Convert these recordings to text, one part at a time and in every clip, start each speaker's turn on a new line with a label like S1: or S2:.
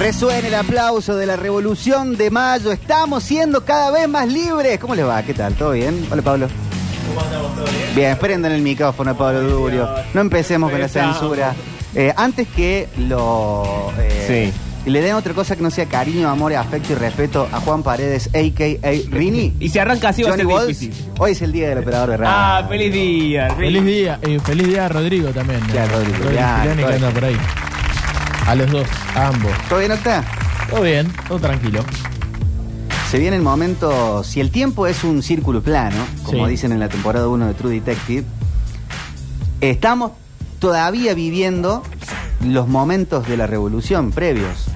S1: Resuene el aplauso de la revolución de mayo. Estamos siendo cada vez más libres. ¿Cómo les va? ¿Qué tal? ¿Todo bien? Hola, Pablo. Bien, prendan el micrófono, Pablo Durio. No empecemos con la censura. Eh, antes que lo. eh, Le den otra cosa que no sea cariño, amor, afecto y respeto a Juan Paredes, a.k.a. Rini.
S2: Y si arranca así va a
S1: Johnny
S2: ser
S1: Walls,
S2: difícil.
S1: hoy es el día del operador de radio.
S2: Ah, feliz día.
S3: Feliz día, eh, feliz día a Rodrigo también.
S1: Sí, a Rodrigo, ya,
S3: Gironi, que
S1: todo.
S3: anda por ahí. A los dos, a ambos.
S1: ¿Todo bien, Octa?
S3: Todo bien, todo tranquilo.
S1: Se viene el momento, si el tiempo es un círculo plano, como
S3: Sí.
S1: dicen en la temporada 1 de True Detective, estamos todavía viviendo los momentos de la revolución previos.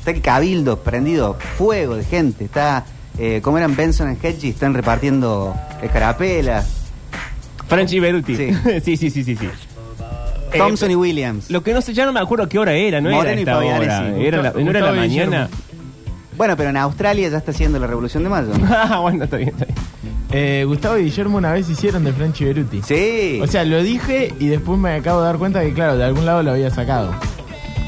S1: Está el cabildo prendido, fuego de gente, está, eh, como eran Benson y Hedges, están repartiendo escarapelas,
S2: Franchi Beruti.
S1: Sí.
S2: Sí. sí, sí, sí, sí. Eh,
S1: Thompson y Williams.
S2: Lo que no sé, ya no me acuerdo qué hora era, no
S1: Moreno y
S2: era esta
S1: Fabianesi.
S2: hora. Era la-
S3: Gustavo-
S2: no era la
S3: Gustavo Guillermo.
S2: mañana.
S1: Bueno, pero en Australia ya está haciendo la revolución de mayo.
S2: Ah, bueno, está bien, está bien.
S3: Eh, Gustavo y Guillermo una vez hicieron de Franchi Beruti.
S1: Sí.
S3: O sea, lo dije y después me acabo de dar cuenta que, claro, de algún lado lo había sacado.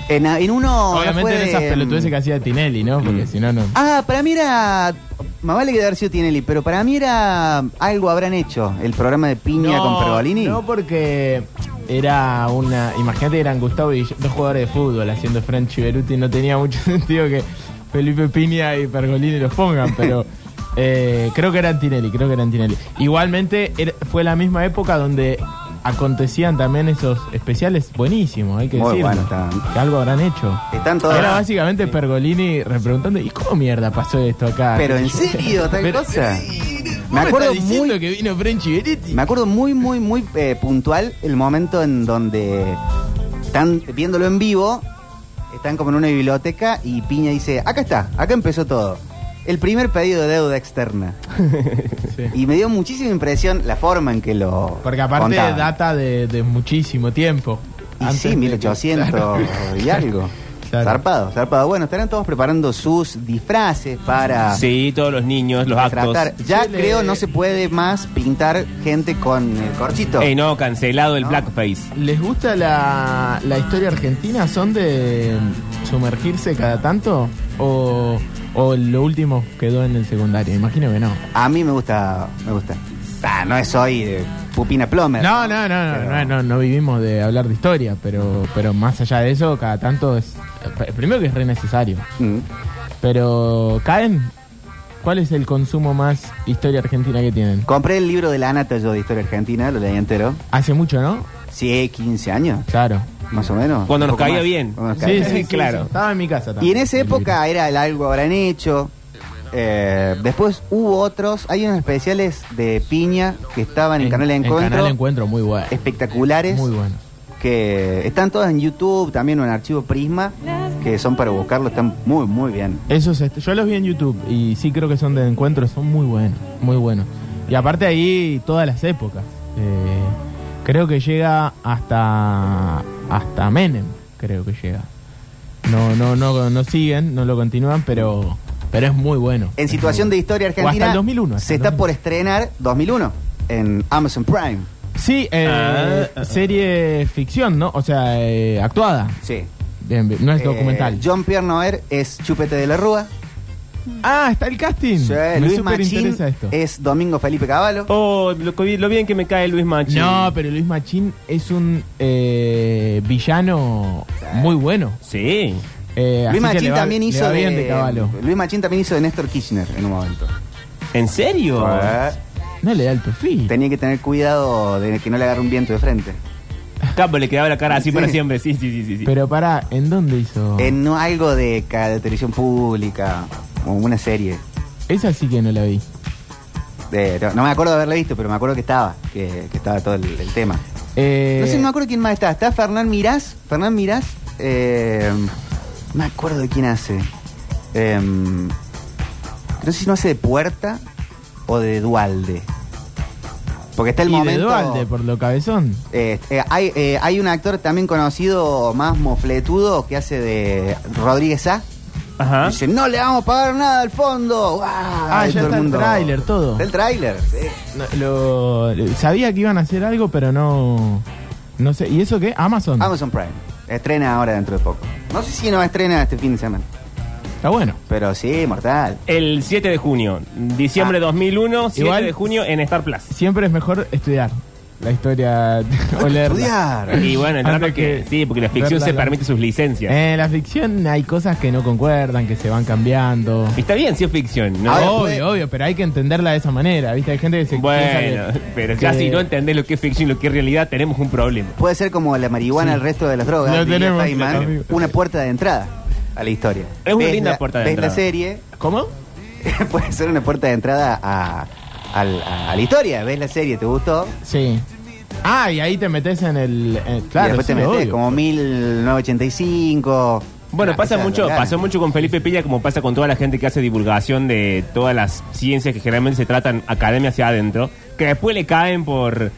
S1: en, en uno... no
S3: Obviamente
S1: fue
S3: en esas
S1: de,
S3: pelotudeces que hacía Tinelli, ¿no? Porque si no, no.
S1: Ah, para mí era. Más vale que de haber sido Tinelli, pero para mí era. Algo habrán hecho. El programa de Piña
S3: no,
S1: con Pergolini.
S3: No, porque era una. Imagínate que eran Gustavo y Guillermo, dos jugadores de fútbol haciendo Franchi Beruti. No tenía mucho sentido que Felipe Piña y Pergolini los pongan, pero. eh, creo que eran Tinelli, creo que eran Tinelli. Igualmente era- fue la misma época donde acontecían también esos especiales buenísimos, hay que
S1: Muy
S3: decirlo.
S1: bueno, estaban.
S3: que algo habrán hecho.
S1: Están todos.
S3: Era básicamente Pergolini repreguntando, ¿y cómo mierda pasó esto acá?
S1: Pero en serio, tal
S3: Pero- eh,
S1: cosa.
S3: Me
S1: Me acuerdo
S3: acuerdo diciendo
S1: muy-
S3: que vino Franchi Beruti.
S1: Me acuerdo muy, muy, muy eh, puntual el momento en donde están viéndolo en vivo, están como en una biblioteca y Piña dice, acá está, acá empezó todo. El primer pedido de deuda externa.
S3: Sí.
S1: Y me dio muchísima impresión la forma en que lo.
S3: Porque aparte
S1: contaban.
S3: data de, de muchísimo tiempo.
S1: Y
S3: Antes
S1: sí,
S3: de-
S1: 1800
S3: Claro.
S1: y algo.
S3: Claro.
S1: Zarpado, zarpado. Bueno, estarán todos preparando sus disfraces para
S2: Sí, todos los niños, los actos.
S1: tratar. Ya
S3: Yo le-
S1: creo no se puede más pintar gente con el corchito.
S2: Ey, no, cancelado el
S1: No.
S2: blackface.
S3: ¿Les gusta la, la historia argentina? ¿Son de sumergirse cada tanto? ¿O, o lo último quedó en el secundario? Imagino que no.
S1: A mí me gusta, me gusta. Ah, no es hoy de Pupina Plomer.
S3: No, no, no, no,
S1: Pero-
S3: no, no, no vivimos de hablar de historia, pero, pero más allá de eso, cada tanto es... Primero que es re necesario.
S1: Mm.
S3: Pero, ¿caen? ¿Cuál es el consumo más historia argentina que tienen?
S1: Compré el libro de la Nata yo de Historia Argentina, lo leí entero.
S3: Hace mucho, ¿no?
S1: Sí, 15 años,
S3: Claro.
S1: más o menos.
S2: Cuando
S1: Un
S2: nos
S1: poco
S2: caía
S1: más.
S2: bien.
S1: Cuando nos caía
S3: Sí,
S1: bien.
S3: sí, sí,
S2: Claro.
S3: sí. Estaba en mi casa
S1: Y
S3: también.
S1: en esa
S3: el
S1: época era el algo habrán hecho. eh, después hubo otros. Hay unos especiales de piña que estaban en,
S3: libro.
S1: Canal
S3: En
S1: Encuentro.
S3: Canal Encuentro, muy bueno.
S1: Espectaculares.
S3: Muy bueno.
S1: Que están todas en YouTube, también en archivo Prisma. Que son para buscarlo, están muy, muy bien.
S3: Esos, est- este, yo los vi en YouTube y sí creo que son de encuentro, son muy buenos, muy buenos. Y aparte ahí todas las épocas. Eh, creo que llega hasta hasta Menem, creo que llega. No, no, no, no siguen, no lo continúan, pero pero es muy bueno.
S1: En situación de historia
S3: hasta
S1: argentina,
S3: el 2001, hasta
S1: se
S3: el
S1: está
S3: 2001.
S1: por estrenar 2001 en Amazon Prime.
S3: Sí, eh,
S2: Ah.
S3: serie ficción, ¿no? O sea, eh, actuada.
S1: Sí.
S3: Bien, bien, No es
S1: Eh,
S3: documental.
S1: John Pierre Noer es Chupete de la Rúa.
S3: Ah, está el casting.
S1: Sí,
S3: Me
S1: Luis
S3: súper
S1: Machín
S3: interesa esto.
S1: es Domingo Felipe Caballo.
S2: Oh, lo, que- lo bien que me cae Luis Machi.
S3: No, pero Luis Machín es un eh, villano muy bueno.
S2: Sí.
S3: Eh, así
S1: Luis
S3: que le
S1: Machín
S3: va-
S1: también
S3: le
S1: hizo
S3: va bien
S1: de,
S3: de Caballo.
S1: Luis Machín también hizo de Néstor Kirchner en un momento.
S2: ¿En serio?
S3: No le da el perfil.
S1: Tenía que tener cuidado de que no le agarre un viento de frente.
S2: Capo le quedaba la cara así
S1: Sí.
S2: para siempre. Sí, sí, sí, sí. sí.
S3: Pero pará, ¿en dónde hizo?
S1: En no- algo de, ca- de televisión pública o una serie.
S3: Esa sí que no la vi.
S1: De- no, no me acuerdo de haberla visto, pero me acuerdo que estaba, que, que estaba todo el, el tema.
S3: Eh,
S1: No sé, no me acuerdo quién más está. Está Fernán Mirás. Fernán Mirás. eh, no me acuerdo de quién hace. Eh, no sé si no hace de Puerta o de Dualde. Porque está el
S3: y
S1: momento.
S3: de Dualde, por lo cabezón.
S1: Eh, eh, hay, eh, hay un actor también conocido, más mofletudo, que hace de Rodríguez A.
S2: Ajá.
S1: Dice, no le vamos a pagar nada al fondo. ¡Guau!
S3: Ah,
S1: Y
S3: ya
S1: todo
S3: está el tráiler, todo.
S1: Está el tráiler. sí.
S3: No, lo- sabía que iban a hacer algo, pero no... No sé. ¿Y eso qué? Amazon.
S1: Amazon Prime. Estrena ahora dentro de poco. No sé si no estrena este fin de semana.
S3: Está bueno.
S1: Pero sí, mortal.
S2: El 7 de junio, diciembre
S1: Ah.
S2: 2001, 7
S3: Igual-
S2: de junio en Star Plus.
S3: Siempre es mejor estudiar la historia o
S1: Hay que
S3: leerla.
S1: estudiar.
S2: Y bueno, el
S3: Antes
S2: drama que,
S3: que
S2: sí, porque la ficción
S3: verla
S2: se
S3: la-
S2: permite sus licencias.
S3: En Eh, la ficción hay cosas que no concuerdan, que se van cambiando. Ah,
S2: Y Está bien si es ficción, ¿no?
S1: Ahora,
S3: obvio,
S1: puede-
S3: obvio, pero hay que entenderla de esa manera, ¿viste? Hay gente que se
S2: bueno,
S3: piensa que-
S2: pero ya
S3: que-
S2: si no entendés lo que es ficción y lo que es realidad, tenemos un problema.
S1: Puede ser como la marihuana, el resto de las drogas.
S3: Lo
S1: diría
S3: tenemos,
S1: Feynman,
S3: lo tenemos.
S1: una puerta de entrada a la historia.
S2: Es una
S1: Ves
S2: linda
S1: la-
S2: puerta de
S1: ves
S2: entrada.
S1: la serie,
S3: ¿Cómo?
S1: puede ser una puerta de entrada a, al- a- a la historia. Ves la serie, ¿te gustó?
S3: Sí. Ah, y ahí te metes en el... en-
S1: y
S3: claro,
S1: después te
S3: sí,
S1: metes
S3: obvio.
S1: como 1985.
S2: Bueno,
S1: Nah,
S2: pasa
S1: esa
S2: mucho,
S1: locura.
S2: pasó mucho con Felipe Piña como pasa con toda la gente que hace divulgación de todas las ciencias que generalmente se tratan academia hacia adentro, que después le caen por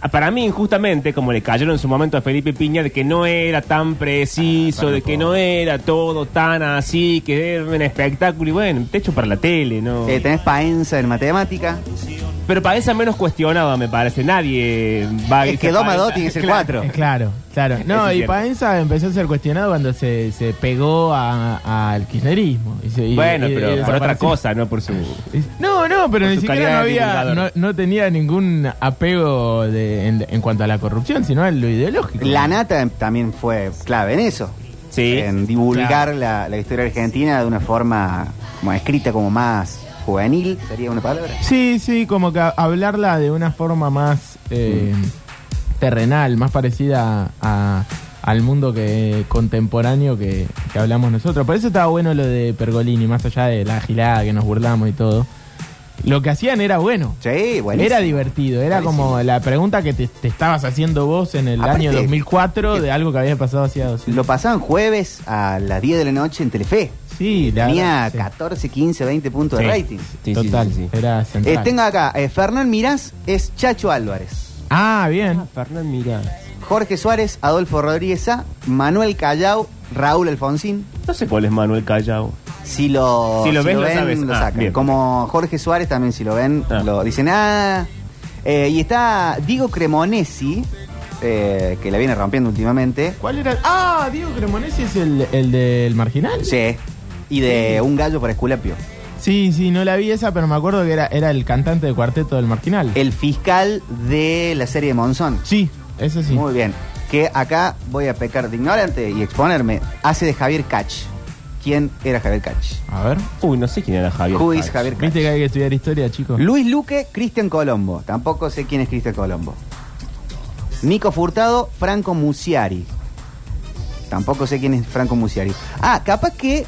S2: ah, para mí injustamente, como le cayeron en su momento a Felipe Piña, de que no era tan preciso,
S3: Ah,
S2: de que no era todo tan así, que era un espectáculo y bueno, techo para la tele, ¿no?
S1: Eh, tenés Paenza en matemática.
S2: Pero para esa menos cuestionado, me parece. Nadie va a
S1: Es
S2: irse
S1: que
S2: para
S1: Doma
S2: esa.
S1: Dot tiene que ser
S2: Claro.
S1: 4.
S3: Eh, Claro, claro.
S2: Eso
S3: No,
S2: es
S3: y
S2: cierto.
S3: Paenza empezó a ser cuestionado cuando se, se pegó a- al kirchnerismo. y se- y-
S2: Bueno,
S3: y- y
S2: pero por otra
S3: desapareció.
S2: cosa, no por su...
S3: No, no, pero
S2: Por
S3: ni
S2: su
S3: siquiera no
S2: calidad de
S3: había, no,
S2: divulgador.
S3: no tenía ningún apego de- en, en cuanto a la corrupción, sino en lo ideológico.
S1: La nata también fue clave en eso.
S2: Sí.
S1: En divulgar la, la historia argentina de una forma como escrita como más juvenil, sería una palabra.
S3: Sí, sí, como que a- hablarla de una forma más eh, terrenal, más parecida a- al mundo que contemporáneo que, que hablamos nosotros. Por eso estaba bueno lo de Pergolini, más allá de la gilada que nos burlamos y todo. Lo que hacían era bueno.
S1: Sí, buenísimo.
S3: Era divertido, era
S1: Buenísimo.
S3: como la pregunta que te, te estabas haciendo vos en el
S1: Aparte,
S3: año 2004 de algo que había pasado hacía dos
S1: Lo pasaban jueves a las 10 de la noche en Telefe.
S3: Sí, la
S1: Tenía
S3: verdad, sí.
S1: 14, 15, 20 puntos de
S2: Sí.
S1: rating.
S2: Sí, sí,
S3: Total,
S2: sí, sí.
S3: era central.
S1: Eh, tengo acá, eh, Fernán Mirás es Chacho Álvarez.
S3: Ah, bien.
S2: Fernán, mira.
S1: Jorge Suárez, Adolfo Rodríguez A, Manuel Callao, Raúl Alfonsín.
S2: No sé cuál es Manuel Callao.
S1: Si lo,
S2: Si lo ves, lo sabes. Ah,
S1: sacan.
S2: bien.
S1: Como Jorge Suárez también, si lo ven,
S2: Ah.
S1: lo dicen. Ah. Eh, y está Diego Cremonesi, eh, que la viene rompiendo últimamente.
S3: ¿Cuál era? Ah, Diego Cremonesi es el, el del marginal.
S1: Sí. Y de Un Gallo para Esculapio.
S3: Sí, sí, no la vi esa, pero me acuerdo que era, era el cantante de cuarteto del marginal.
S1: El fiscal de la serie de Monzón.
S3: Sí, eso sí.
S1: Muy bien. Que acá voy a pecar de ignorante y exponerme. Hace de Javier Cach. ¿Quién era Javier Cach?
S3: A ver.
S2: Uy, no sé quién era Javier.
S1: Who is
S2: Cach.
S1: Javier Cach?
S3: Viste que hay que estudiar historia, chicos.
S1: Luis Luque, Cristian Colombo. Tampoco sé quién es Cristian Colombo. Nico Furtado, Franco Musiari. Tampoco sé quién es Franco Musiari. Ah, capaz que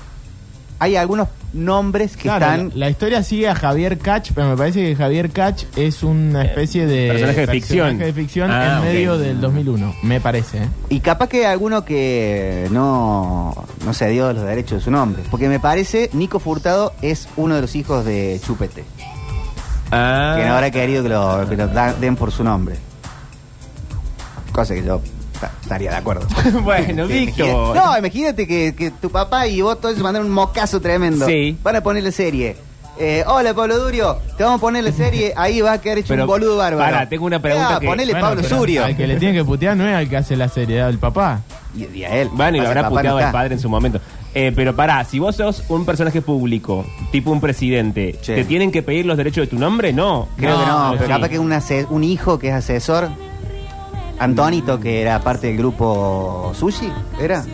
S1: hay algunos nombres que
S3: Claro,
S1: están.
S3: la, la historia sigue a Javier Cach, pero me parece que Javier Cach es una especie de
S2: personaje de ficción.
S3: personaje de ficción
S2: Ah,
S3: en
S2: ok.
S3: medio del 2001, me parece. ¿eh?
S1: Y capaz que hay alguno que no, no se dio los derechos de su nombre. Porque me parece Nico Furtado es uno de los hijos de Chupete.
S2: Ah.
S1: Que no habrá querido que lo, que lo da- den por su nombre. Cosa que yo ta- estaría de acuerdo.
S2: bueno,
S1: Sí,
S2: Víctor.
S1: imagina- No, imagínate que, que tu papá y vos todos se mandaron un mocazo tremendo.
S2: Sí.
S1: Van a ponerle serie. Eh, hola, Pablo Durio. Te vamos a ponerle serie. Ahí vas a quedar hecho
S2: Pero,
S1: un boludo bárbaro.
S2: pará, tengo una pregunta
S1: Ah,
S2: que-
S1: ponele
S3: Bueno,
S1: Pablo
S3: pero
S1: Surio.
S3: Al que le tienen que putear no es al que hace la seriedad del papá.
S1: Y, y a él.
S2: Bueno, y lo
S1: Pasa,
S2: habrá
S1: papá,
S2: puteado
S1: no
S2: al
S1: está.
S2: padre en su momento. Eh, pero pará, si vos sos un personaje público, tipo un presidente,
S1: Sí.
S2: ¿te tienen que pedir los derechos de tu nombre? No.
S1: Creo que no, pero
S2: sí.
S1: capaz que un, ase- un hijo que es asesor. Antonito, que era parte del grupo Sushi, ¿era?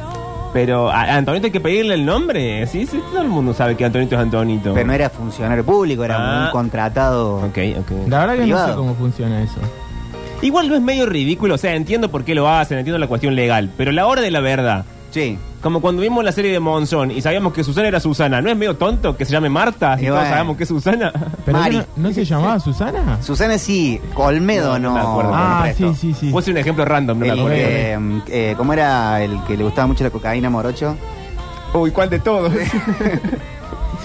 S2: Pero a a Antonito hay que pedirle el nombre. Sí, sí, todo el mundo sabe que Antonito es Antonito.
S1: Pero no era funcionario público, era
S2: Ah.
S1: un contratado.
S2: Ok, ok.
S3: La verdad que no
S1: Privado.
S3: sé cómo funciona eso.
S2: Igual no es medio ridículo, o sea, entiendo por qué lo hacen, entiendo la cuestión legal, pero la hora de la verdad,
S1: Sí.
S2: como cuando vimos la serie de Monzón y sabíamos que Susana era Susana, ¿no es medio tonto que se llame Marta
S1: Y
S2: si todos
S1: bueno.
S2: sabemos que es Susana?
S3: ¿Pero
S1: Mari.
S3: no, no se llamaba Susana?
S1: Susana sí, Olmedo no.
S2: No, no me acuerdo.
S1: no
S3: Ah,
S1: prestó.
S3: sí, sí, sí.
S2: Fue un ejemplo random, no me
S1: El
S2: acuerdo.
S1: que, mm, eh, ¿Cómo era el que le gustaba mucho la cocaína, Morocho?
S2: Uy, ¿cuál de todos?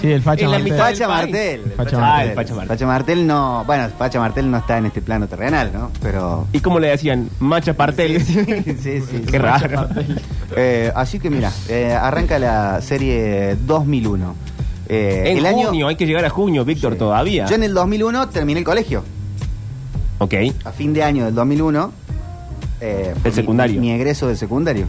S3: Sí, el facha
S2: En la
S3: Martel.
S2: mitad
S1: Pacha
S2: del
S1: Martel.
S3: país. Pacha
S2: Martel. Ah, el Pacha Martel.
S1: Pacha Martel no. Bueno, Pacha Martel no está en este plano terrenal, ¿no? Pero.
S2: ¿Y cómo le decían? Macha Partel.
S1: sí, sí.
S2: Qué raro.
S1: Eh, así que mira, eh, arranca la serie 2001. Eh,
S2: En
S1: el año,
S2: junio, hay que llegar a junio, Víctor, todavía.
S1: Yo en el 2001 terminé el colegio.
S2: Ok.
S1: A fin de año del 2001. eh, fue
S2: El secundario.
S1: Mi, mi egreso del secundario.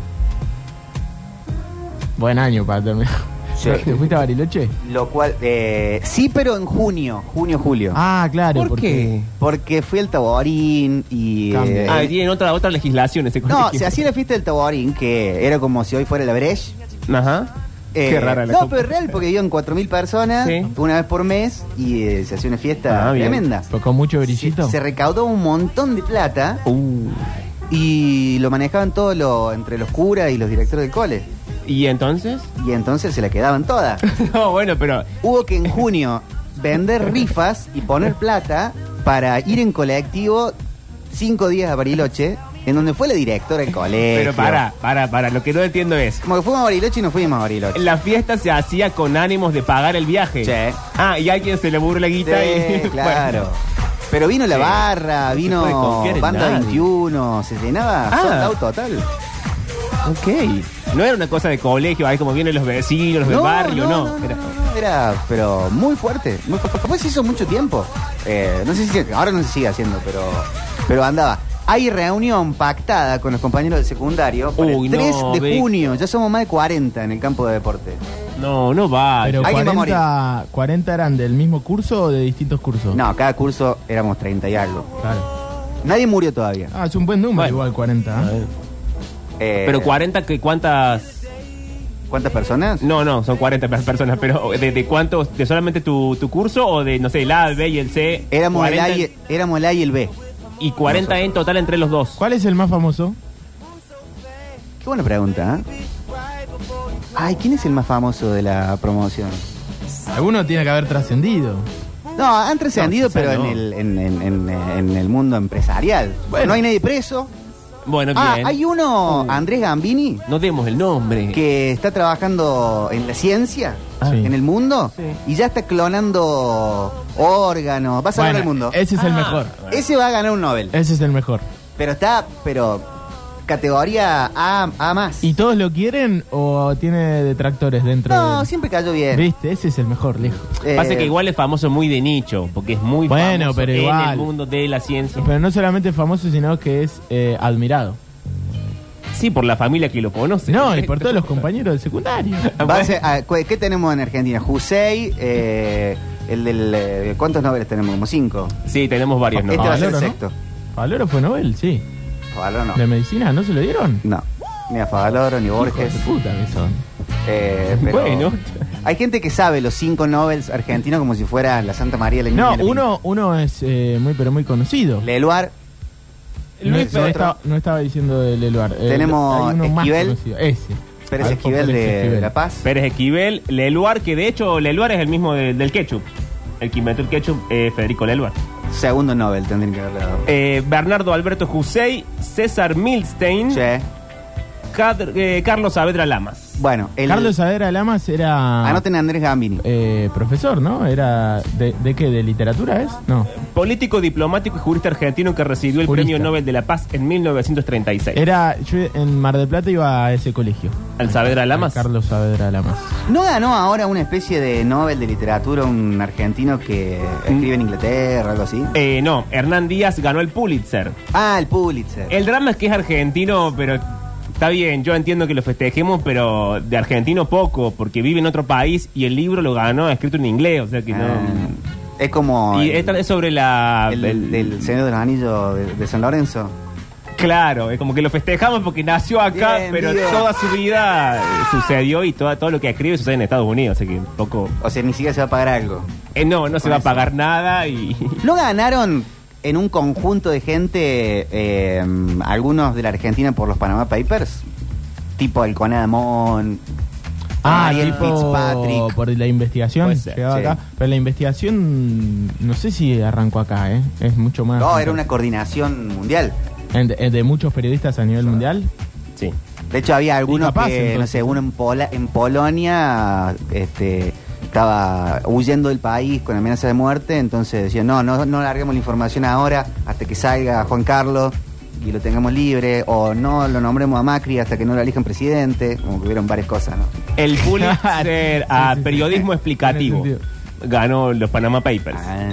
S3: Buen año para terminar.
S1: Sí.
S3: ¿Te fuiste a Bariloche?
S1: Lo cual, eh, sí, pero en junio, junio, julio.
S3: Ah, claro.
S2: ¿Por qué?
S1: Porque fui al Taborín y...
S3: Cambio.
S1: eh,
S2: Ah, y tienen otra, otra legislación ese
S1: no,
S2: colegio.
S1: se hacía la fiesta del Taborín, que era como si hoy fuera la Breche.
S2: Ajá.
S1: Eh,
S2: Qué rara la
S1: No,
S2: copa.
S1: pero es real, porque vivían 4.000 personas
S2: Sí.
S1: una vez por mes y eh, se hacía una fiesta
S2: Ah, bien.
S1: tremenda.
S3: ¿Pero con mucho brillito?
S1: Se recaudó un montón de plata
S2: Uh.
S1: y lo manejaban todos los entre los curas y los directores del cole.
S2: ¿Y entonces?
S1: Y entonces se la quedaban todas.
S2: No, bueno, pero.
S1: Hubo que en junio vender rifas y poner plata para ir en colectivo cinco días a Bariloche, en donde fue la directora del colegio.
S2: Pero para, para, para. Lo que no entiendo es.
S1: Como que fuimos a Bariloche y no fuimos a Bariloche.
S2: La fiesta se hacía con ánimos de pagar el viaje.
S1: Sí.
S2: Ah, y a alguien se le burla la guita y.
S1: Sí,
S2: bueno.
S1: claro. Pero vino la
S2: Sí.
S1: barra,
S2: No se puede
S1: vino
S2: confiar en
S1: Banda
S2: nadie.
S1: 21, se llenaba
S2: Ah.
S1: sold out total.
S2: Ok. No era una cosa de colegio, ahí como vienen los vecinos, los del barrio, no.
S1: no, no,
S2: Era-
S1: no, era, pero muy fuerte. Muy fuerte. Capaz se hizo mucho tiempo. Eh, no sé si se- ahora no se sigue haciendo, pero, pero andaba. Hay reunión pactada con los compañeros del secundario para
S2: Uy,
S1: el
S2: no,
S1: 3 de
S2: Vic.
S1: junio. Ya somos más de 40 en el campo de deporte.
S2: No, no va.
S3: ¿Pero
S1: Alguien va a
S3: 40, 40 Ah, eran del mismo curso o de distintos cursos?
S1: No, cada curso éramos 30 y algo.
S3: Claro.
S1: Nadie murió todavía.
S3: Ah, es un buen número
S2: Bueno.
S3: igual 40. ¿eh?
S1: Eh,
S2: Pero 40, que- ¿cuántas?
S1: ¿Cuántas personas?
S2: No, no, son 40 per- personas, pero ¿de, de cuántos? ¿De solamente tu, tu curso o de, no sé, el A, el B y el C?
S1: Éramos el,
S2: 40
S1: A y, éramos el A y el B.
S2: y 40 en total entre los dos.
S3: ¿Cuál es el más famoso?
S1: Qué buena pregunta. ¿eh? Ay, ¿quién es el más famoso de la promoción?
S3: Alguno tiene que haber trascendido.
S1: No, han trascendido,
S2: No, quizá
S1: pero en,
S2: no.
S1: el, en, en- en- en el mundo empresarial.
S2: Bueno.
S1: no hay nadie preso.
S2: Bueno,
S1: Ah,
S2: bien.
S1: hay uno, Andrés Gambini,
S2: No demos el nombre.
S1: que está trabajando en la ciencia,
S3: Ah, sí.
S1: en el mundo,
S3: Sí.
S1: y ya está clonando órganos. Va a salvar
S3: Bueno,
S1: el mundo.
S3: Ese es Eh. el
S2: Ah.
S3: mejor.
S1: Ese va a ganar un Nobel.
S3: Ese es el mejor.
S1: Pero está, pero categoría A, A más.
S3: ¿Y todos lo quieren o tiene detractores dentro
S1: No,
S3: de-
S1: siempre cayó bien.
S3: ¿Viste? Ese es el mejor, lejos.
S2: Pasa
S1: Eh,
S2: que igual es famoso muy de nicho, porque es muy
S3: Bueno,
S2: famoso
S3: pero
S2: en
S3: igual.
S2: el mundo de la ciencia.
S3: Pero no solamente famoso, sino que es eh, admirado.
S2: Sí, por la familia que lo conoce.
S3: No, y por todos los compañeros del secundario.
S1: Va a ser- ah, cu- ¿Qué tenemos en Argentina? Jusei, eh, el del... eh, ¿Cuántos noveles tenemos? Como cinco.
S2: Sí, tenemos varios
S1: este
S2: nombres.
S1: va a ser el
S3: Valoro, ¿no?
S1: sexto.
S3: Valoro fue Nobel, sí.
S1: Favaloro no.
S3: ¿De medicina no se lo dieron?
S1: No. Ni a Favaloro, ni Borges.
S3: Hijos de puta que son.
S1: eh, pero
S2: Bueno.
S1: Hay gente que sabe los cinco novels argentinos como si fuera la Santa María la Niña
S3: No,
S1: de la
S3: uno, uno es eh, muy pero muy conocido.
S1: Pinta. Leluar,
S3: no,
S1: Luis
S3: no
S1: Pedro.
S3: estaba, no estaba diciendo del Eluar. Eh,
S1: Tenemos
S3: hay uno más
S1: Esquivel.
S3: conocido, Ese.
S1: Pérez
S3: Alfonso
S1: Esquivel de
S3: Esquivel.
S1: La Paz.
S2: Pérez Esquivel, Leluar, que de hecho Leluar es el mismo de- del ketchup. El que inventó el ketchup es Federico Leluar.
S1: Segundo novel tendrían que haberle dado.
S2: Eh, Bernardo Alberto Jusey, César Milstein,
S1: Che.
S2: Cad- eh, Carlos Saavedra Lamas.
S1: Bueno, el... Ah,
S3: Carlos Saavedra Lamas era
S1: Anoten a Andrés Gambini.
S3: eh, profesor, ¿no? Era de, ¿De qué? ¿De literatura es? No.
S2: Político, diplomático y jurista argentino que recibió el
S3: Jurista. Eh,
S2: Premio Nobel de la Paz en 1936.
S3: Era, yo en Mar del Plata iba a ese colegio.
S2: ¿Al Saavedra Lamas?
S3: Carlos Saavedra Lamas.
S1: ¿No ganó ahora una especie de Nobel de literatura un argentino que escribe en Inglaterra, algo así?
S2: Eh, no, Hernán Díaz ganó el Pulitzer.
S1: Ah, el Pulitzer.
S2: El drama es que es argentino, pero está bien, yo entiendo que lo festejemos, pero de argentino poco, porque vive en otro país y el libro lo ganó escrito en inglés, o sea que no.
S1: Ah, es como
S2: Y
S1: el,
S2: esta es sobre la.
S1: Ah. el-
S2: el-
S1: del Señor de los Anillos de, de San Lorenzo.
S2: Claro, es como que lo festejamos porque nació acá,
S1: Bien,
S2: pero
S1: bien.
S2: toda su vida eh, sucedió y toda, todo lo que escribe sucede en Estados Unidos, así que un poco.
S1: O sea, ni siquiera se va a pagar algo.
S2: Eh, no, no se
S1: Con
S2: va a
S1: eso.
S2: pagar nada y.
S1: ¿No ganaron en un conjunto de gente eh, algunos de la Argentina por los Panama Papers? Tipo el Conadamón.
S3: Ah,
S1: Ariel
S3: tipo
S1: Fitzpatrick.
S3: por la investigación
S2: Puede ser,
S3: llegaba
S1: sí.
S3: acá. Pero la investigación, no sé si arrancó acá, ¿eh? Es mucho más.
S1: No, era una coordinación mundial.
S3: en- en- de muchos periodistas a nivel mundial.
S2: Sí.
S1: De hecho, había algunos
S3: capaz,
S1: que, no
S3: entonces.
S1: sé, uno en, Pola- en Polonia este, estaba huyendo del país con amenaza de muerte, entonces decían, no, no, no larguemos la información ahora hasta que salga Juan Carlos y lo tengamos libre, o no lo nombremos a Macri hasta que no lo elijan presidente, como que hubieron varias cosas, ¿no?
S2: El Pulitzer a
S3: Sí, sí, sí.
S2: periodismo explicativo
S3: Tiene
S2: ganó los Panama Papers.
S1: Ah,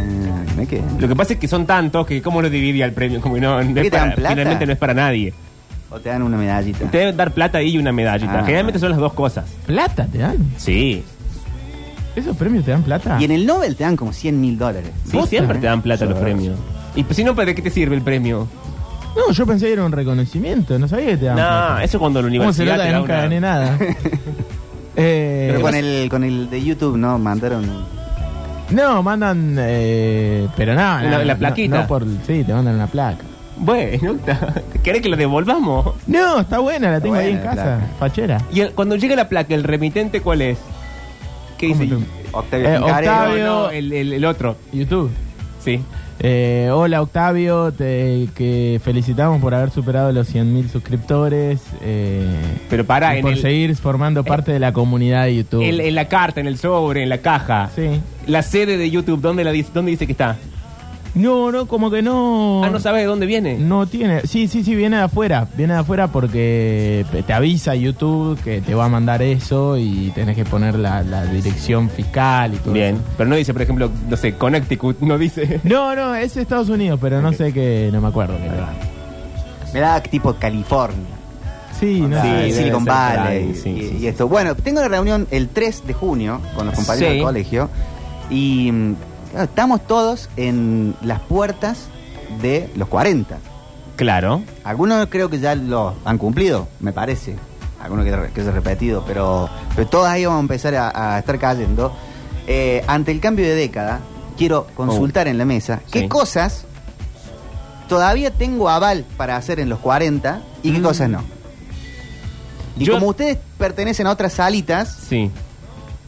S1: ¿me quedé?
S2: Lo que pasa es que son tantos que cómo lo dividía el premio, como que no, no
S1: ¿Qué
S2: es
S1: te dan
S2: para-
S1: plata?
S2: finalmente no es para nadie.
S1: O te dan una medallita.
S2: Te deben dar plata y una medallita.
S1: Ah.
S2: Generalmente son las dos cosas.
S3: Plata te dan.
S2: Sí.
S3: ¿Esos premios te dan plata?
S1: Y en el Nobel te dan como 100 mil dólares.
S2: Sí, siempre te dan plata los premios. Y pues, si no, ¿para qué te sirve el premio?
S3: No, yo pensé que era un reconocimiento, no sabía que te
S2: No,
S3: daban plata.
S2: eso cuando la
S3: ¿Cómo se
S2: universidad
S3: nota
S2: te
S3: que
S2: da
S3: nunca
S2: una-
S3: gané nada? Eh,
S1: Pero con el, con el de YouTube, ¿no? Mandaron.
S3: No, mandan. eh, pero nada.
S2: La-
S3: nada,
S2: la
S3: no-
S2: plaquita.
S3: no por- sí, te mandan una placa.
S2: Bueno, ta- ¿querés que lo devolvamos?
S3: No, está buena, la tengo ahí en
S1: buena la
S3: casa.
S1: placa.
S3: Fachera.
S2: Y el- cuando llega la placa, ¿el remitente cuál es? ¿Qué dice?
S3: ¿Cómo
S1: Octavio
S3: Eh,
S1: Pincarello.
S2: No,
S3: Octavio.
S2: no, el, el- el otro.
S3: YouTube.
S2: Sí.
S3: Eh, hola Octavio, te que felicitamos por haber superado los 100.000 suscriptores. eh,
S2: Pero pará,
S3: y
S2: en
S3: por
S2: el-
S3: seguir formando parte de la comunidad de YouTube.
S2: El- en la carta, en el sobre, en la caja.
S3: Sí.
S2: La sede de YouTube, ¿dónde, la dice, dónde dice que está?
S3: No, no, como que no.
S2: Ah, no sabes de dónde viene.
S3: No tiene. Sí, sí, sí, viene de afuera. Viene de afuera porque te avisa YouTube que te va a mandar eso y tenés que poner la, la dirección fiscal y todo
S2: Bien,
S3: eso.
S2: pero no dice, por ejemplo, no sé, Connecticut, no dice.
S3: No, no, es Estados Unidos, pero no sé qué, no me acuerdo qué era.
S1: Me da tipo California.
S3: Sí, no
S1: Onda,
S3: sé.
S2: sí, debe
S1: Silicon
S2: ser por
S1: Valley.
S2: ahí, sí,
S1: y,
S2: sí,
S1: y
S2: sí.
S1: esto. Bueno, tengo una reunión el 3 de junio con los compañeros
S2: Sí.
S1: del colegio. Y mm, claro, estamos todos en las puertas de los 40.
S2: Claro.
S1: Algunos creo que ya lo han cumplido, me parece. Algunos que, que se han repetido, pero, pero todos ahí vamos a empezar a, a estar cayendo. Eh, ante el cambio de década, quiero consultar en la mesa
S2: Sí.
S1: qué cosas todavía tengo aval para hacer en los 40 y qué
S2: Mm.
S1: cosas no. Y
S2: Yo-
S1: como ustedes pertenecen a otras salitas,
S2: Sí.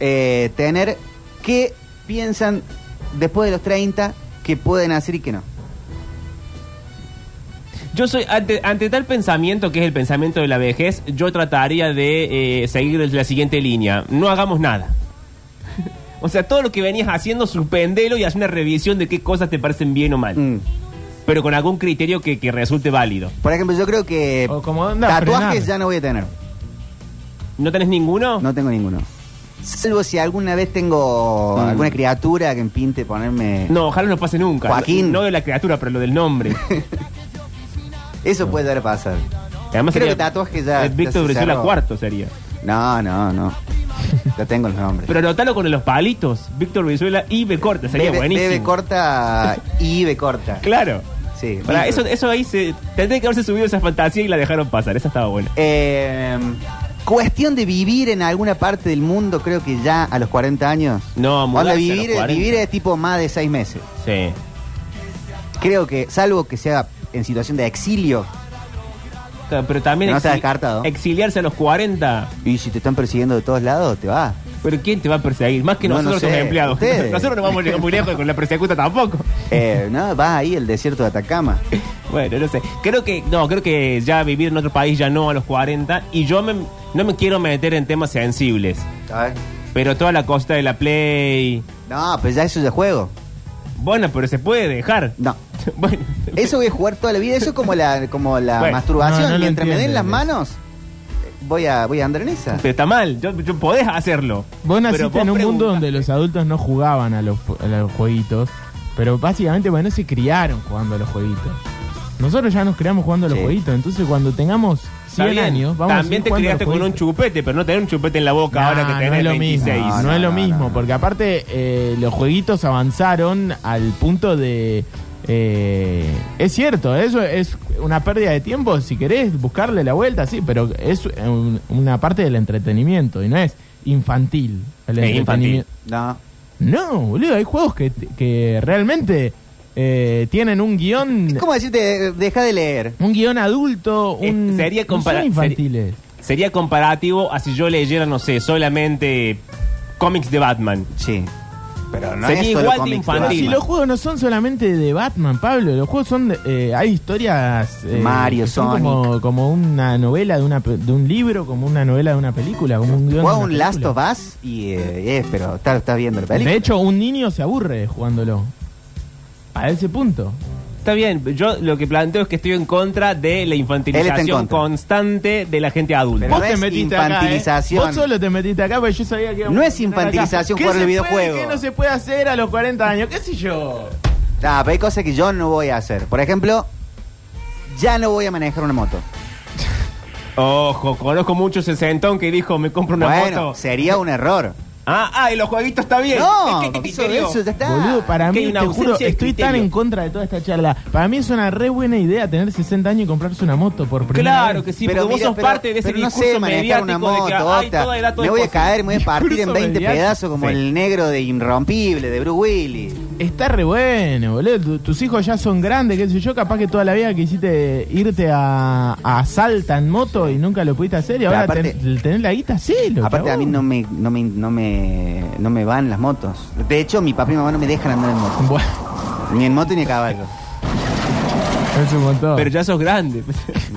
S1: eh, tener qué piensan después de los 30 que pueden hacer y que no.
S2: Yo soy, ante, ante tal pensamiento que es el pensamiento de la vejez, yo trataría de eh, seguir la siguiente línea. No hagamos nada. O sea, todo lo que venías haciendo, suspendelo y haz una revisión de qué cosas te parecen bien o mal.
S1: Mm.
S2: Pero con algún criterio que, que resulte válido.
S1: Por ejemplo, yo creo que
S3: O como onda,
S1: tatuajes
S3: frenar.
S1: ya no voy a tener.
S2: ¿No tenés ninguno?
S1: No tengo ninguno. Salvo si alguna vez tengo
S2: Mm.
S1: alguna criatura que me pinte ponerme.
S2: No, ojalá no pase nunca.
S1: Joaquín.
S2: No de la criatura, pero lo del nombre.
S1: Eso puede dar a pasar.
S2: Además,
S1: Creo
S2: sería-
S1: que tatuaje ya-
S2: eh,
S1: ya
S2: Víctor
S1: se
S2: Brizuela
S1: cerró.
S2: cuarto sería.
S1: No, no, no. Ya tengo los nombres.
S2: Pero anotalo con los palitos. Víctor Brizuela y B corta. Sería
S1: Bebe-
S2: buenísimo.
S1: Bebe corta y B corta.
S2: Claro.
S1: Sí.
S2: Para, eso,
S1: Víctor.
S2: eso ahí se. Tendría que haberse subido esa fantasía y la dejaron pasar. Esa estaba buena.
S1: Eh, cuestión de vivir en alguna parte del mundo, creo que ya a los 40 años.
S2: No,
S1: Onda,
S2: mudarse a los
S1: vivir,
S2: 40.
S1: vivir es tipo más de 6 meses.
S2: Sí.
S1: Creo que, salvo que sea en situación de exilio,
S2: Pero también.
S1: No está descartado.
S2: Exiliarse a los 40.
S1: y si te están persiguiendo de todos lados, te vas.
S2: Pero ¿quién te va a perseguir? Más que
S1: No, no
S2: nosotros
S1: sé,
S2: los empleados.
S1: ustedes.
S2: Nosotros no vamos a llegar muy lejos con la persecuta tampoco.
S1: Eh, no, vas ahí el desierto de Atacama.
S2: Bueno, no sé. Creo que, no, creo que ya vivir en otro país ya no a los 40. Y yo me, no me quiero meter en temas sensibles.
S1: Ay.
S2: Pero toda la costa de la Play.
S1: No, pues ya eso es de juego.
S2: Bueno, pero se puede dejar.
S1: No.
S2: Bueno,
S1: Eso voy a jugar toda la vida. Eso es como la, como la
S2: Bueno,
S1: masturbación.
S3: no, no lo
S1: Mientras me den
S3: entiende,
S1: las
S3: Luis.
S1: manos, eh, voy a, voy a andar en esa.
S2: pero está mal. Yo, yo podés hacerlo.
S3: Vos naciste
S2: Pero vos
S3: en un mundo
S2: preguntá-
S3: donde los adultos no jugaban a los, a los jueguitos, pero básicamente, bueno, se criaron jugando a los jueguitos. Nosotros ya nos criamos jugando a los
S1: Sí.
S3: jueguitos, entonces cuando tengamos 100
S2: Está bien,
S3: años, vamos
S2: También
S3: a seguir
S2: te
S3: jugando a los
S2: criaste con un
S3: jueguitos.
S2: chupete, pero no tener un chupete en la boca
S3: Nah,
S2: ahora que tenés
S3: no es lo
S2: 26.
S3: mismo, no,
S1: No,
S3: es lo
S1: no,
S3: mismo,
S1: no, no.
S3: porque aparte eh, los jueguitos avanzaron al punto de... eh, es cierto, eso es una pérdida de tiempo, si querés buscarle la vuelta, sí, pero es eh, un- una parte del entretenimiento y no es infantil. El
S2: Es
S3: entretenimiento.
S1: No.
S3: No, boludo, hay juegos que, que realmente eh, tienen un guión...
S1: Es como decirte, eh, deja de leer.
S3: Un guión adulto,
S2: Eh,
S3: un...
S2: sería
S3: no son
S2: compara- seri-
S3: infantiles.
S2: Sería comparativo a si yo leyera, no sé, solamente cómics de Batman.
S1: Sí. Pero no
S2: Sería
S1: es solo
S2: igual de
S1: cómics de
S2: infantil.
S3: Pero si
S2: Batman.
S1: Batman.
S3: los juegos no son solamente de Batman, Pablo, los juegos son de, eh, hay historias eh,
S1: Mario,
S3: que son
S1: Sonic.
S3: como, como una novela de una pe- de un libro, como una novela de una película, como un guion de
S1: Juega
S3: una
S1: un Last
S3: película.
S1: of Us y eh, eh, pero estás estás viendo la película.
S3: De hecho, un niño se aburre jugándolo. A ese punto.
S2: Está bien, yo lo que planteo es que estoy en contra de
S1: Él está
S2: la
S1: en
S2: infantilización
S1: contra.
S2: constante de la gente adulta.
S1: Pero no es infantilización.
S3: Acá, ¿eh? Vos solo te metiste acá porque yo sabía que íbamos
S1: No
S3: a
S1: es
S3: terminar
S1: infantilización
S3: acá. ¿Qué
S1: jugar
S3: se
S1: el
S3: puede,
S1: videojuego?
S3: ¿Qué no se puede hacer a los 40 años? ¿Qué sé yo?
S1: Ah, pero hay cosas que yo no voy a hacer. Por ejemplo, ya no voy a manejar una moto.
S2: Ojo, conozco mucho ese sentón que dijo, me compro una
S1: bueno,
S2: moto.
S1: sería un error.
S2: Ah, ah, y los jueguitos está bien.
S1: No,
S2: Es que- que
S1: eso,
S2: criterio.
S1: eso, ya está.
S3: Boludo, para
S2: Que
S3: mí,
S2: hay una
S3: te juro,
S2: ausencia de
S3: estoy tan
S2: criterio.
S3: en contra de toda esta charla. Para mí es una re buena idea tener 60 años y comprarse una moto por primera
S2: Claro
S3: vez.
S2: que sí,
S1: Pero
S2: porque
S1: mira,
S2: vos sos
S1: pero-
S2: parte de ese
S1: pero no sé
S2: discurso
S1: manejar
S2: mediático
S1: una moto,
S2: de que hay
S1: Ota.
S2: toda edad, todo
S1: Me voy a
S2: esposo.
S1: caer, me voy a partir en
S3: Discurso
S1: 20
S3: mediático.
S1: pedazos como
S2: Sí.
S1: el negro de Irrompible, de Bruce Willis.
S3: Está re bueno, boludo. Tu- tus hijos ya son grandes, qué sé yo. Capaz que toda la vida quisiste irte a, a Salta en moto y nunca lo pudiste hacer. Y
S1: Pero
S3: ahora
S1: aparte-
S3: ten- tener la guita, sí, lo
S1: Aparte a mí no me, no, me, no, me, no me van las motos. De hecho, mi papá y mi mamá no me dejan andar en moto.
S3: Bueno,
S1: Ni en moto ni a caballo.
S3: es un montón.
S2: Pero ya sos grande.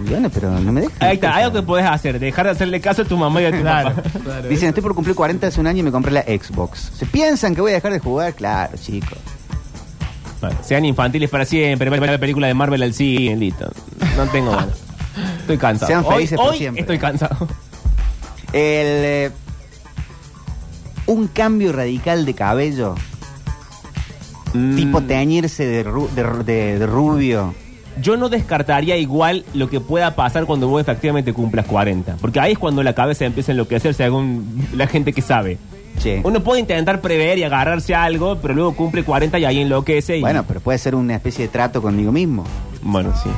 S1: Bueno, pero no me dejan.
S2: Ahí está, hay algo que podés hacer, dejar de hacerle caso a tu mamá y a tu
S3: Claro,
S2: papá.
S3: claro.
S1: Dicen, estoy por cumplir 40 hace un año y me compré la Xbox. ¿Se piensan que voy a dejar de jugar? Claro, chicos.
S2: Bueno, sean infantiles para siempre, ver la película de Marvel al cine, listo. No tengo ganas. Estoy cansado.
S1: Sean
S2: Hoy-
S1: felices
S2: hoy,
S1: por siempre.
S2: Estoy cansado.
S1: El, eh, un cambio radical de cabello, tipo
S2: Mm,
S1: teñirse de, ru- de ru- de- de rubio.
S2: Yo no descartaría igual lo que pueda pasar cuando vos efectivamente cumplas 40. Porque ahí es cuando la cabeza empieza a enloquecer según la gente que sabe.
S1: Che.
S2: Uno puede intentar prever y agarrarse a algo, pero luego cumple 40 y ahí enloquece. Y...
S1: Bueno, pero puede ser una especie de trato conmigo mismo.
S2: Bueno, sí.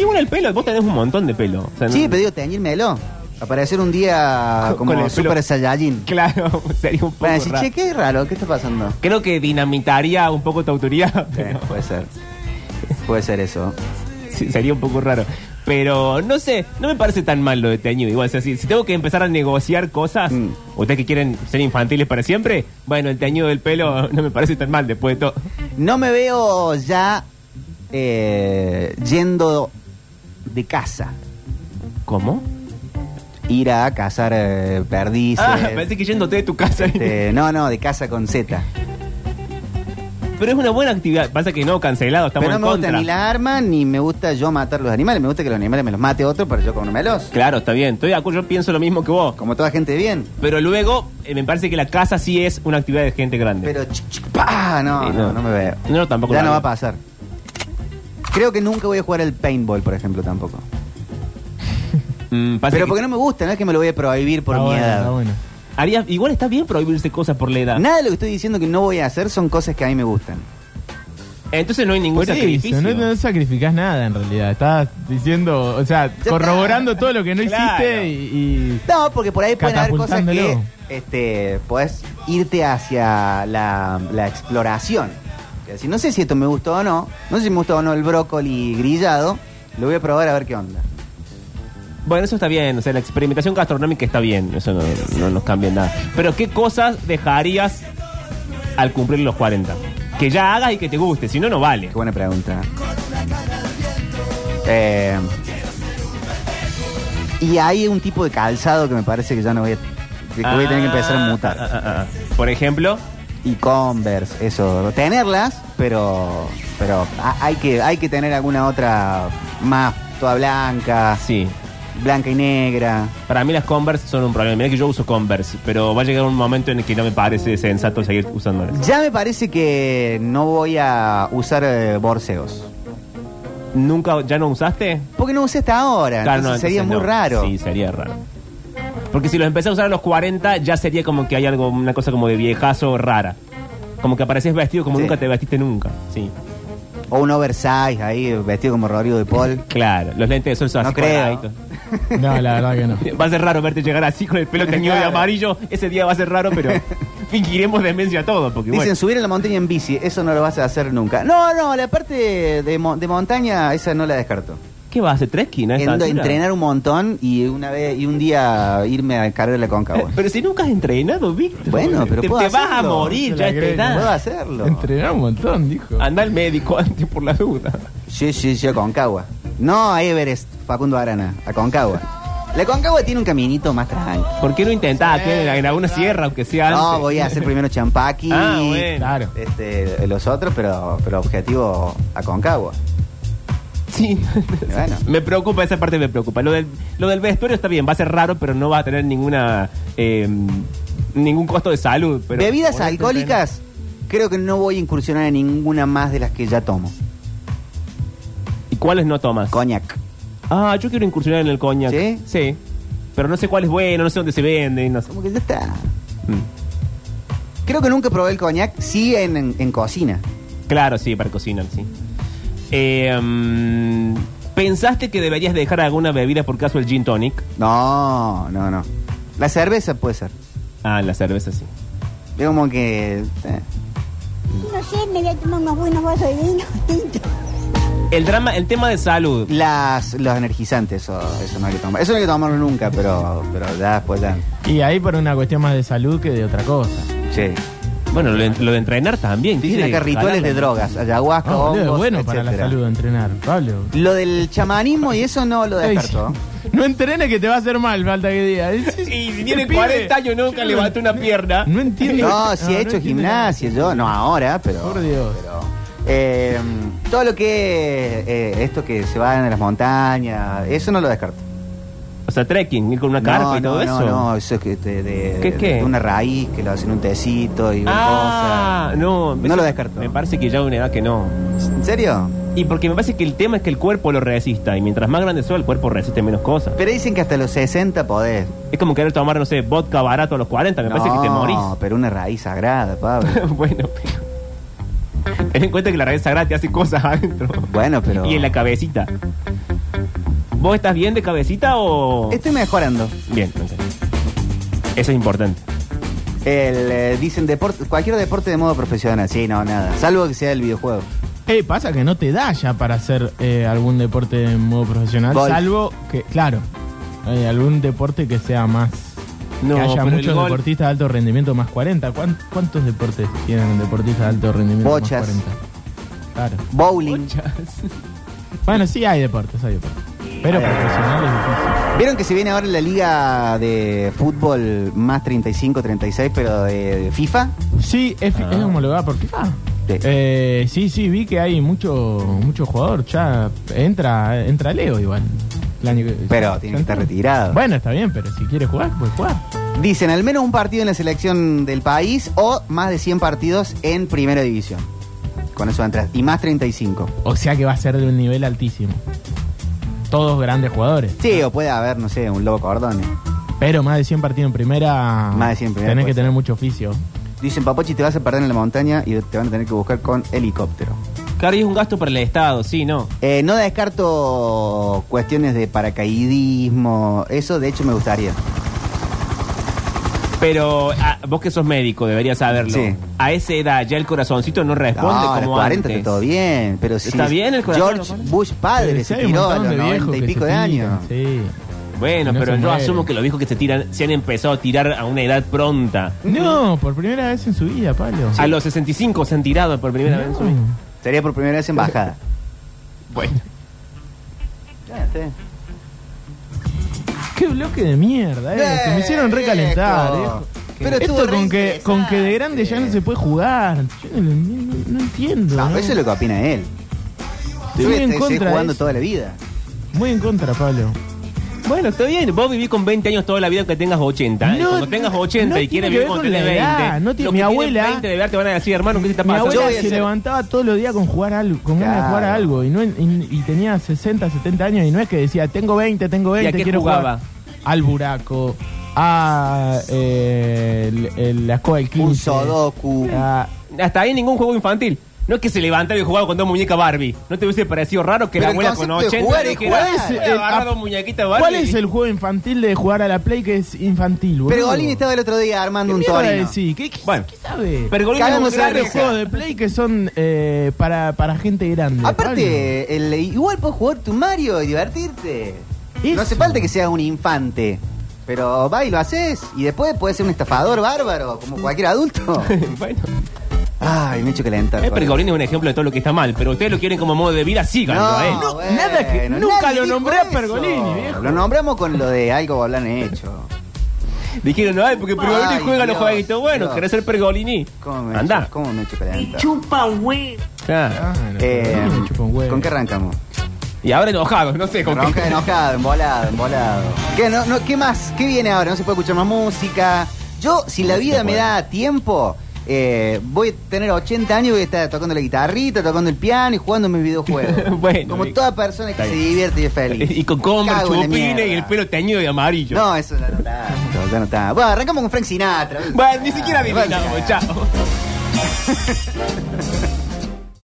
S2: Y bueno, el pelo, vos tenés un montón de pelo. O sea, no-
S1: Sí, pero digo, teñírmelo. Aparecer un día
S2: Con-
S1: como
S2: con el pelo-
S1: Super Saiyajin.
S2: Claro, sería un poco
S1: Para decir,
S2: raro.
S1: che, qué raro, ¿qué está pasando?
S2: Creo que dinamitaría un poco tu autoridad.
S1: Eh,
S2: pero-
S1: puede ser. Puede ser eso.
S2: Sí, sería un poco raro. Pero no sé, no me parece tan mal lo de teñido. Igual, o sea, si, si tengo que empezar a negociar cosas,
S1: Mm.
S2: ustedes que quieren ser infantiles para siempre, bueno, el teñido del pelo no me parece tan mal después de todo.
S1: No me veo ya eh, yendo de casa.
S2: ¿Cómo?
S1: Ir a cazar eh, perdices.
S2: Ah, pensé que yéndote de tu casa.
S1: Este, no, no, de casa con Z.
S2: Pero es una buena actividad. Pasa que no, cancelado, estamos
S1: Pero no
S2: en
S1: me gusta
S2: contra.
S1: ni la arma, ni me gusta yo matar los animales. Me gusta que los animales me los mate otro para yo comérmelos.
S2: Claro, está bien, estoy de acuerdo, yo pienso lo mismo que vos.
S1: Como toda gente de bien.
S2: Pero luego, eh, me parece que la casa sí es una actividad de gente grande.
S1: Pero ch- ch- pa, no,
S2: Sí,
S1: no,
S2: no.
S1: no me veo.
S2: No, tampoco
S1: Ya
S2: lo
S1: no va a
S2: hago.
S1: pasar. Creo que nunca voy a jugar el paintball, por ejemplo, tampoco.
S2: Mm, pasa
S1: Pero
S2: que-
S1: porque no me gusta, no es que me lo voy a prohibir por
S3: Está
S1: mi
S3: bueno,
S1: edad.
S3: está bueno.
S2: harías- igual está bien prohibirse cosas por la edad.
S1: Nada de lo que estoy diciendo que no voy a hacer son cosas que a mí me gustan.
S2: Entonces no hay ningún
S3: Por eso,
S2: sacrificio.
S3: no, no sacrificás nada en realidad. Estás diciendo, o sea,
S1: está.
S3: corroborando todo lo que no
S2: Claro.
S3: hiciste y, y-
S1: No, porque por ahí pueden haber cosas que
S3: Catapultándolo.
S1: este, podés irte hacia la, la exploración. Es decir, no sé si esto me gustó o no, no sé si me gustó o no el brócoli grillado, lo voy a probar a ver qué onda.
S2: Bueno, eso está bien, o sea, la experimentación gastronómica está bien, eso no, no nos cambia en nada. Pero ¿qué cosas dejarías al cumplir los 40? Que ya hagas y que te guste, si no, no vale.
S1: Qué buena pregunta. Eh, y hay un tipo de calzado que me parece que ya no voy a, que voy a tener que empezar a mutar.
S2: Ah, ah, ah. Por ejemplo,
S1: y Converse, eso, tenerlas, pero pero ha- hay que hay que tener alguna otra más toda blanca,
S2: sí,
S1: blanca y negra.
S2: para mí las Converse son un problema. Mira que yo uso Converse, pero va a llegar un momento en el que no me parece sensato seguir usándolas.
S1: Ya me parece que no voy a usar eh, borseos.
S2: ¿Nunca, ya no usaste?
S1: Porque no usé hasta ahora,
S2: Claro,
S1: entonces
S2: Ah, no,
S1: sería muy
S2: entonces no.
S1: raro.
S2: Sí, sería raro. Porque si los empecé a usar a los 40, ya sería como que hay algo, una cosa como de viejazo rara. Como que apareces vestido como
S1: Sí.
S2: nunca te vestiste nunca. Sí.
S1: O un oversize ahí vestido como Rodrigo de Paul.
S2: Claro, los lentes de sol son
S1: No
S2: así
S1: creo.
S2: cuadraditos.
S3: No, la verdad que no.
S2: Va a ser raro verte llegar así con el pelo teñido de
S1: Claro.
S2: amarillo. Ese día va a ser raro, pero fingiremos demencia todo. Porque
S1: Dicen
S2: bueno,
S1: subir a la montaña en bici, eso no lo vas a hacer nunca. No, no, la parte de, mon- de montaña, esa no la descarto.
S2: ¿qué vas a hacer? ¿Tres quinas?
S1: En- entrenar un montón y una vez y un día irme a cargar la concagua.
S2: Pero si nunca has entrenado, Víctor.
S1: Bueno, pero
S2: te,
S1: puedo
S2: te vas a
S1: hacerlo.
S2: morir
S3: Se
S2: ya
S3: la
S2: a esta
S3: cree, no
S1: Puedo
S2: edad.
S1: hacerlo.
S3: Entrenar un montón, dijo.
S1: Ah,
S2: Anda al médico antes por la duda.
S1: Sí, sí, sí, a Concagua. No a Everest, Facundo Arana, a Concagua. La Concagua tiene un caminito más tranquilo.
S2: ¿Por qué no intentás aquel en, en alguna sierra, aunque sea antes?
S1: No, voy a hacer primero Champaqui,
S2: Ah, bueno.
S3: Claro.
S1: este, los otros, pero, pero objetivo a Concagua.
S2: Sí.
S1: Bueno.
S2: Me preocupa, esa parte me preocupa. Lo del, lo del vestuario está bien, va a ser raro, pero no va a tener ninguna eh, ningún costo de salud. Pero este
S1: Bebidas
S2: Ponete
S1: alcohólicas, creo que no voy a incursionar en ninguna más de las que ya tomo.
S2: pena. ¿Y cuáles no tomas?
S1: Coñac.
S2: Ah, yo quiero incursionar en el coñac.
S1: ¿Sí?
S2: Sí. Pero no sé cuál es bueno, no sé dónde se vende, no sé.
S1: Como que ya está.
S2: Mm.
S1: Creo que nunca probé el coñac, sí en, en- en cocina.
S2: Claro, sí, para cocinar, sí. Eh, mm, ¿Pensaste que deberías dejar alguna bebida por caso el gin tonic?
S1: No, no, no. La cerveza puede ser.
S2: Ah, la cerveza, sí.
S1: Es como que. eh.
S4: No sé, me voy a tomar unos buenos vasos de vino tinto.
S2: El drama, el tema de salud.
S1: Las, los energizantes, eso, eso no hay que tomar. Eso no hay que tomarlo nunca, pero, pero ya después ya.
S3: Y ahí por una cuestión más de salud que de otra cosa.
S1: Sí.
S2: Bueno, lo, de- lo de entrenar también.
S1: Dicen
S2: quiere
S1: acá rituales
S2: jalarla.
S1: de drogas, ayahuasca,
S3: No, boludo,
S1: hongos,
S3: es bueno para la
S1: Ah, etcétera.
S3: salud entrenar, Pablo.
S1: Lo del chamanismo y eso no lo
S3: Ey,
S1: despertó.
S3: No entrenes que te va a hacer mal, falta que diga.
S2: Y si tiene 40 años nunca levantó una pierna.
S3: No entiendo.
S1: No, sí he hecho
S3: entiendo
S1: gimnasia, yo, no ahora, pero.
S3: Por Dios.
S1: pero, eh, todo lo que. eh, esto que se va en las montañas, eso no lo descarto.
S2: O sea, trekking, ir con una carpa
S1: no,
S2: y todo
S1: no,
S2: eso.
S1: No, no, eso es que te- de,
S2: ¿Qué, qué?
S1: de una raíz que lo hacen un tecito y
S2: Ah,
S1: cosas.
S2: no.
S1: No lo descarto.
S2: Me parece que ya una edad que no.
S1: ¿En serio?
S2: Y porque me parece que el tema es que el cuerpo lo resista. Y mientras más grande sea, el cuerpo resiste menos cosas.
S1: Pero dicen que hasta los 60 podés.
S2: Es como querer tomar, no sé, vodka barato a los 40. Me parece que te morís.
S1: No, pero una raíz sagrada, Pablo.
S2: bueno, pero. Ten en cuenta que la raíz sagrada te hace cosas adentro.
S1: bueno, pero.
S2: Y en la cabecita. ¿Vos estás bien de cabecita o.?
S1: Estoy mejorando.
S2: Bien, ok. Eso es importante.
S1: El, eh, dicen deporte, cualquier deporte de modo profesional. Sí, no, nada. Salvo que sea el videojuego.
S3: Eh, pasa que no te da ya para hacer eh, algún deporte en modo profesional,
S1: Golf.
S3: salvo que, claro, eh, algún deporte que sea más.
S2: No,
S3: que haya
S2: pero el
S3: muchos
S2: golf-
S3: deportistas de alto rendimiento más 40. ¿Cuán- ¿Cuántos deportes tienen deportistas de alto rendimiento
S1: Bochas.
S3: más 40? Claro.
S1: Bowling.
S3: Bueno, sí hay deportes, hay deportes. Pero profesional es difícil.
S1: Vieron que se viene ahora la liga de fútbol más 35, 36, pero de, de FIFA.
S3: Sí, es,
S2: Ah.
S3: es homologada por FIFA.
S1: Sí.
S3: Eh, sí, sí, vi que hay mucho, mucho jugador. Ya entra, entra Leo igual. El año que-
S1: Pero tiene que estar retirado.
S3: Bueno, está bien, pero si quiere jugar, pues jugar.
S1: Dicen al menos un partido en la selección del país o más de 100 partidos en primera división. Con eso entras. Y más 35.
S3: O sea que va a ser de un nivel altísimo. Todos grandes jugadores.
S1: Sí, o puede haber, no sé, un lobo cordón.
S3: Pero más de 100 partidos en primera.
S1: Más de 100 en primera,
S3: Tenés que
S1: pues.
S3: tener mucho oficio.
S1: Dicen, Papochi, te vas a perder en la montaña y te van a tener que buscar con helicóptero.
S2: Claro, y es un gasto para el Estado, sí, no.
S1: Eh, no descarto cuestiones de paracaidismo. Eso, de hecho, me gustaría.
S2: Pero ah, vos que sos médico, deberías saberlo.
S1: Sí.
S2: A esa edad ya el corazoncito no responde
S1: no, a
S2: como
S1: los 40
S2: antes.
S1: está todo bien. Pero si
S2: ¿Está bien el corazón, los
S1: George
S2: 40?
S1: Bush padre
S3: Pero
S1: se
S3: sí hay un
S1: tiró a
S3: montón
S1: los
S3: de viejos
S1: 90 y
S3: que
S1: pico
S3: se
S1: de años.
S3: tiran, Sí.
S2: Bueno,
S3: Y no
S2: pero
S3: se
S2: yo
S3: mueren.
S2: asumo que los viejos que se tiran se han empezado a tirar a una edad pronta.
S3: No, por primera vez en su vida, Pablo.
S2: A los 65 se han tirado por primera vez en su vida.
S3: No.
S1: Sería por primera vez en bajada.
S2: Bueno.
S1: Ya, está bien.
S3: Qué bloque de mierda, eh.
S1: Viejo.
S3: Se me hicieron recalentar, viejo.
S1: Pero estuvo
S3: Esto
S1: re
S3: con que, con que de grande ya no
S1: interesante.
S3: se puede jugar. Yo no, no- no entiendo.
S1: No,
S3: ¿no?
S1: eso es lo que opina él.
S3: Estoy
S1: Yo voy a
S3: en
S1: estar
S3: contra de
S1: jugando
S3: eso.
S1: toda la vida.
S3: Muy en contra, Pablo.
S2: Bueno, está bien. Vos vivís con 20 años toda la vida que tengas 80. Y
S3: No,
S2: cuando tengas 80
S3: no
S2: y quieres
S3: tiene que
S2: vivir
S3: ver
S2: cuando
S3: con la
S2: tenés 20,
S3: edad, no tiene-
S2: los
S3: mi
S2: que tienen
S3: abuela-
S2: 20 de edad te van a decir, hermano, ¿qué te está
S3: Mi
S2: pasando?
S1: Yo
S3: abuela
S1: voy a
S3: se
S1: ser-
S3: levantaba todos los días con jugar algo, con ganas de
S1: Claro.
S3: jugar a algo y no y, y tenía 60, 70 años y no es que decía, tengo 20, tengo 20,
S2: ¿Y a qué
S3: quiero
S2: jugaba?
S3: jugar al buraco, a eh, el- el- la escoba del 15.
S1: Un Sudoku.
S3: a-
S2: Hasta ahí ningún juego infantil. No es que se levantaba y jugaba con dos muñecas Barbie. ¿No te hubiese parecido raro que
S1: Pero
S2: la
S1: el
S2: abuela con
S1: concepto de
S2: 80
S1: jugar es
S2: dijera, "Ah,
S1: jugar. eh, ah,
S2: "Voy a
S3: El-
S2: agarrar
S3: a-
S2: dos muñequitas Barbie"?
S3: ¿Cuál es el juego infantil de jugar a la Play que es infantil, boludo?
S1: Pergolini estaba el otro día armando
S3: ¿Qué
S1: un
S3: mierda
S1: torino.
S3: decís? ¿Qué, qué-
S2: Bueno.
S3: qué sabe?
S2: Pergolini
S1: Cagamos
S2: es un gran
S1: de
S3: Hay
S1: risa.
S2: juego.
S3: juegos de Play que son eh, para, para gente grande. Pablo.
S1: Aparte, el- igual puedes jugar tu Mario y divertirte.
S3: Eso.
S1: No hace falta que seas un infante. Pero va y lo haces. Y después puedes ser un estafador bárbaro, como cualquier adulto.
S2: bueno,
S1: Ay, me he hecho calentar.
S2: eh, Pergolini es un ejemplo de todo lo que está mal, pero ustedes lo quieren como modo de vida, síganlo,
S1: No,
S2: ¿eh?
S1: bueno,
S3: nada que- nunca
S1: nadie
S3: lo
S1: dijo
S3: nombré a
S1: eso.
S3: Pergolini, viejo.
S1: Lo nombramos con lo de algo hablan hecho.
S2: Dijeron, ay, porque Pergolini
S1: Ay,
S2: juega los
S1: Dios,
S2: jueguitos. Bueno,
S1: Dios.
S2: ¿querés ser Pergolini?
S1: ¿Cómo me he
S2: Anda.
S1: hecho- ¿Cómo me he hecho calentar?
S2: Ah,
S3: Claro,
S1: Eh,
S3: Pergolini me chupa un huevo.
S1: ¿Con qué arrancamos?
S2: Y ahora enojados, no sé con qué.
S1: Ronca, enojado, embolado, embolado. ¿Qué, no, no, ¿Qué más? ¿Qué viene ahora? No se puede escuchar más música. Yo, si la vida me da tiempo, eh, voy a tener 80 años y voy a estar tocando la guitarrita, tocando el piano y jugando mis videojuegos.
S2: Bueno,
S1: Como
S2: bien.
S1: toda persona que
S2: Está
S1: se
S2: bien.
S1: divierte y es feliz.
S2: Y con comer,
S1: Cago en la
S2: chupines y
S1: mierda.
S2: el pelo teñido de amarillo.
S1: No, eso no, no, no, ya no está. Bueno, arrancamos con Frank Sinatra.
S2: Bueno, ni siquiera adivinamos, chao.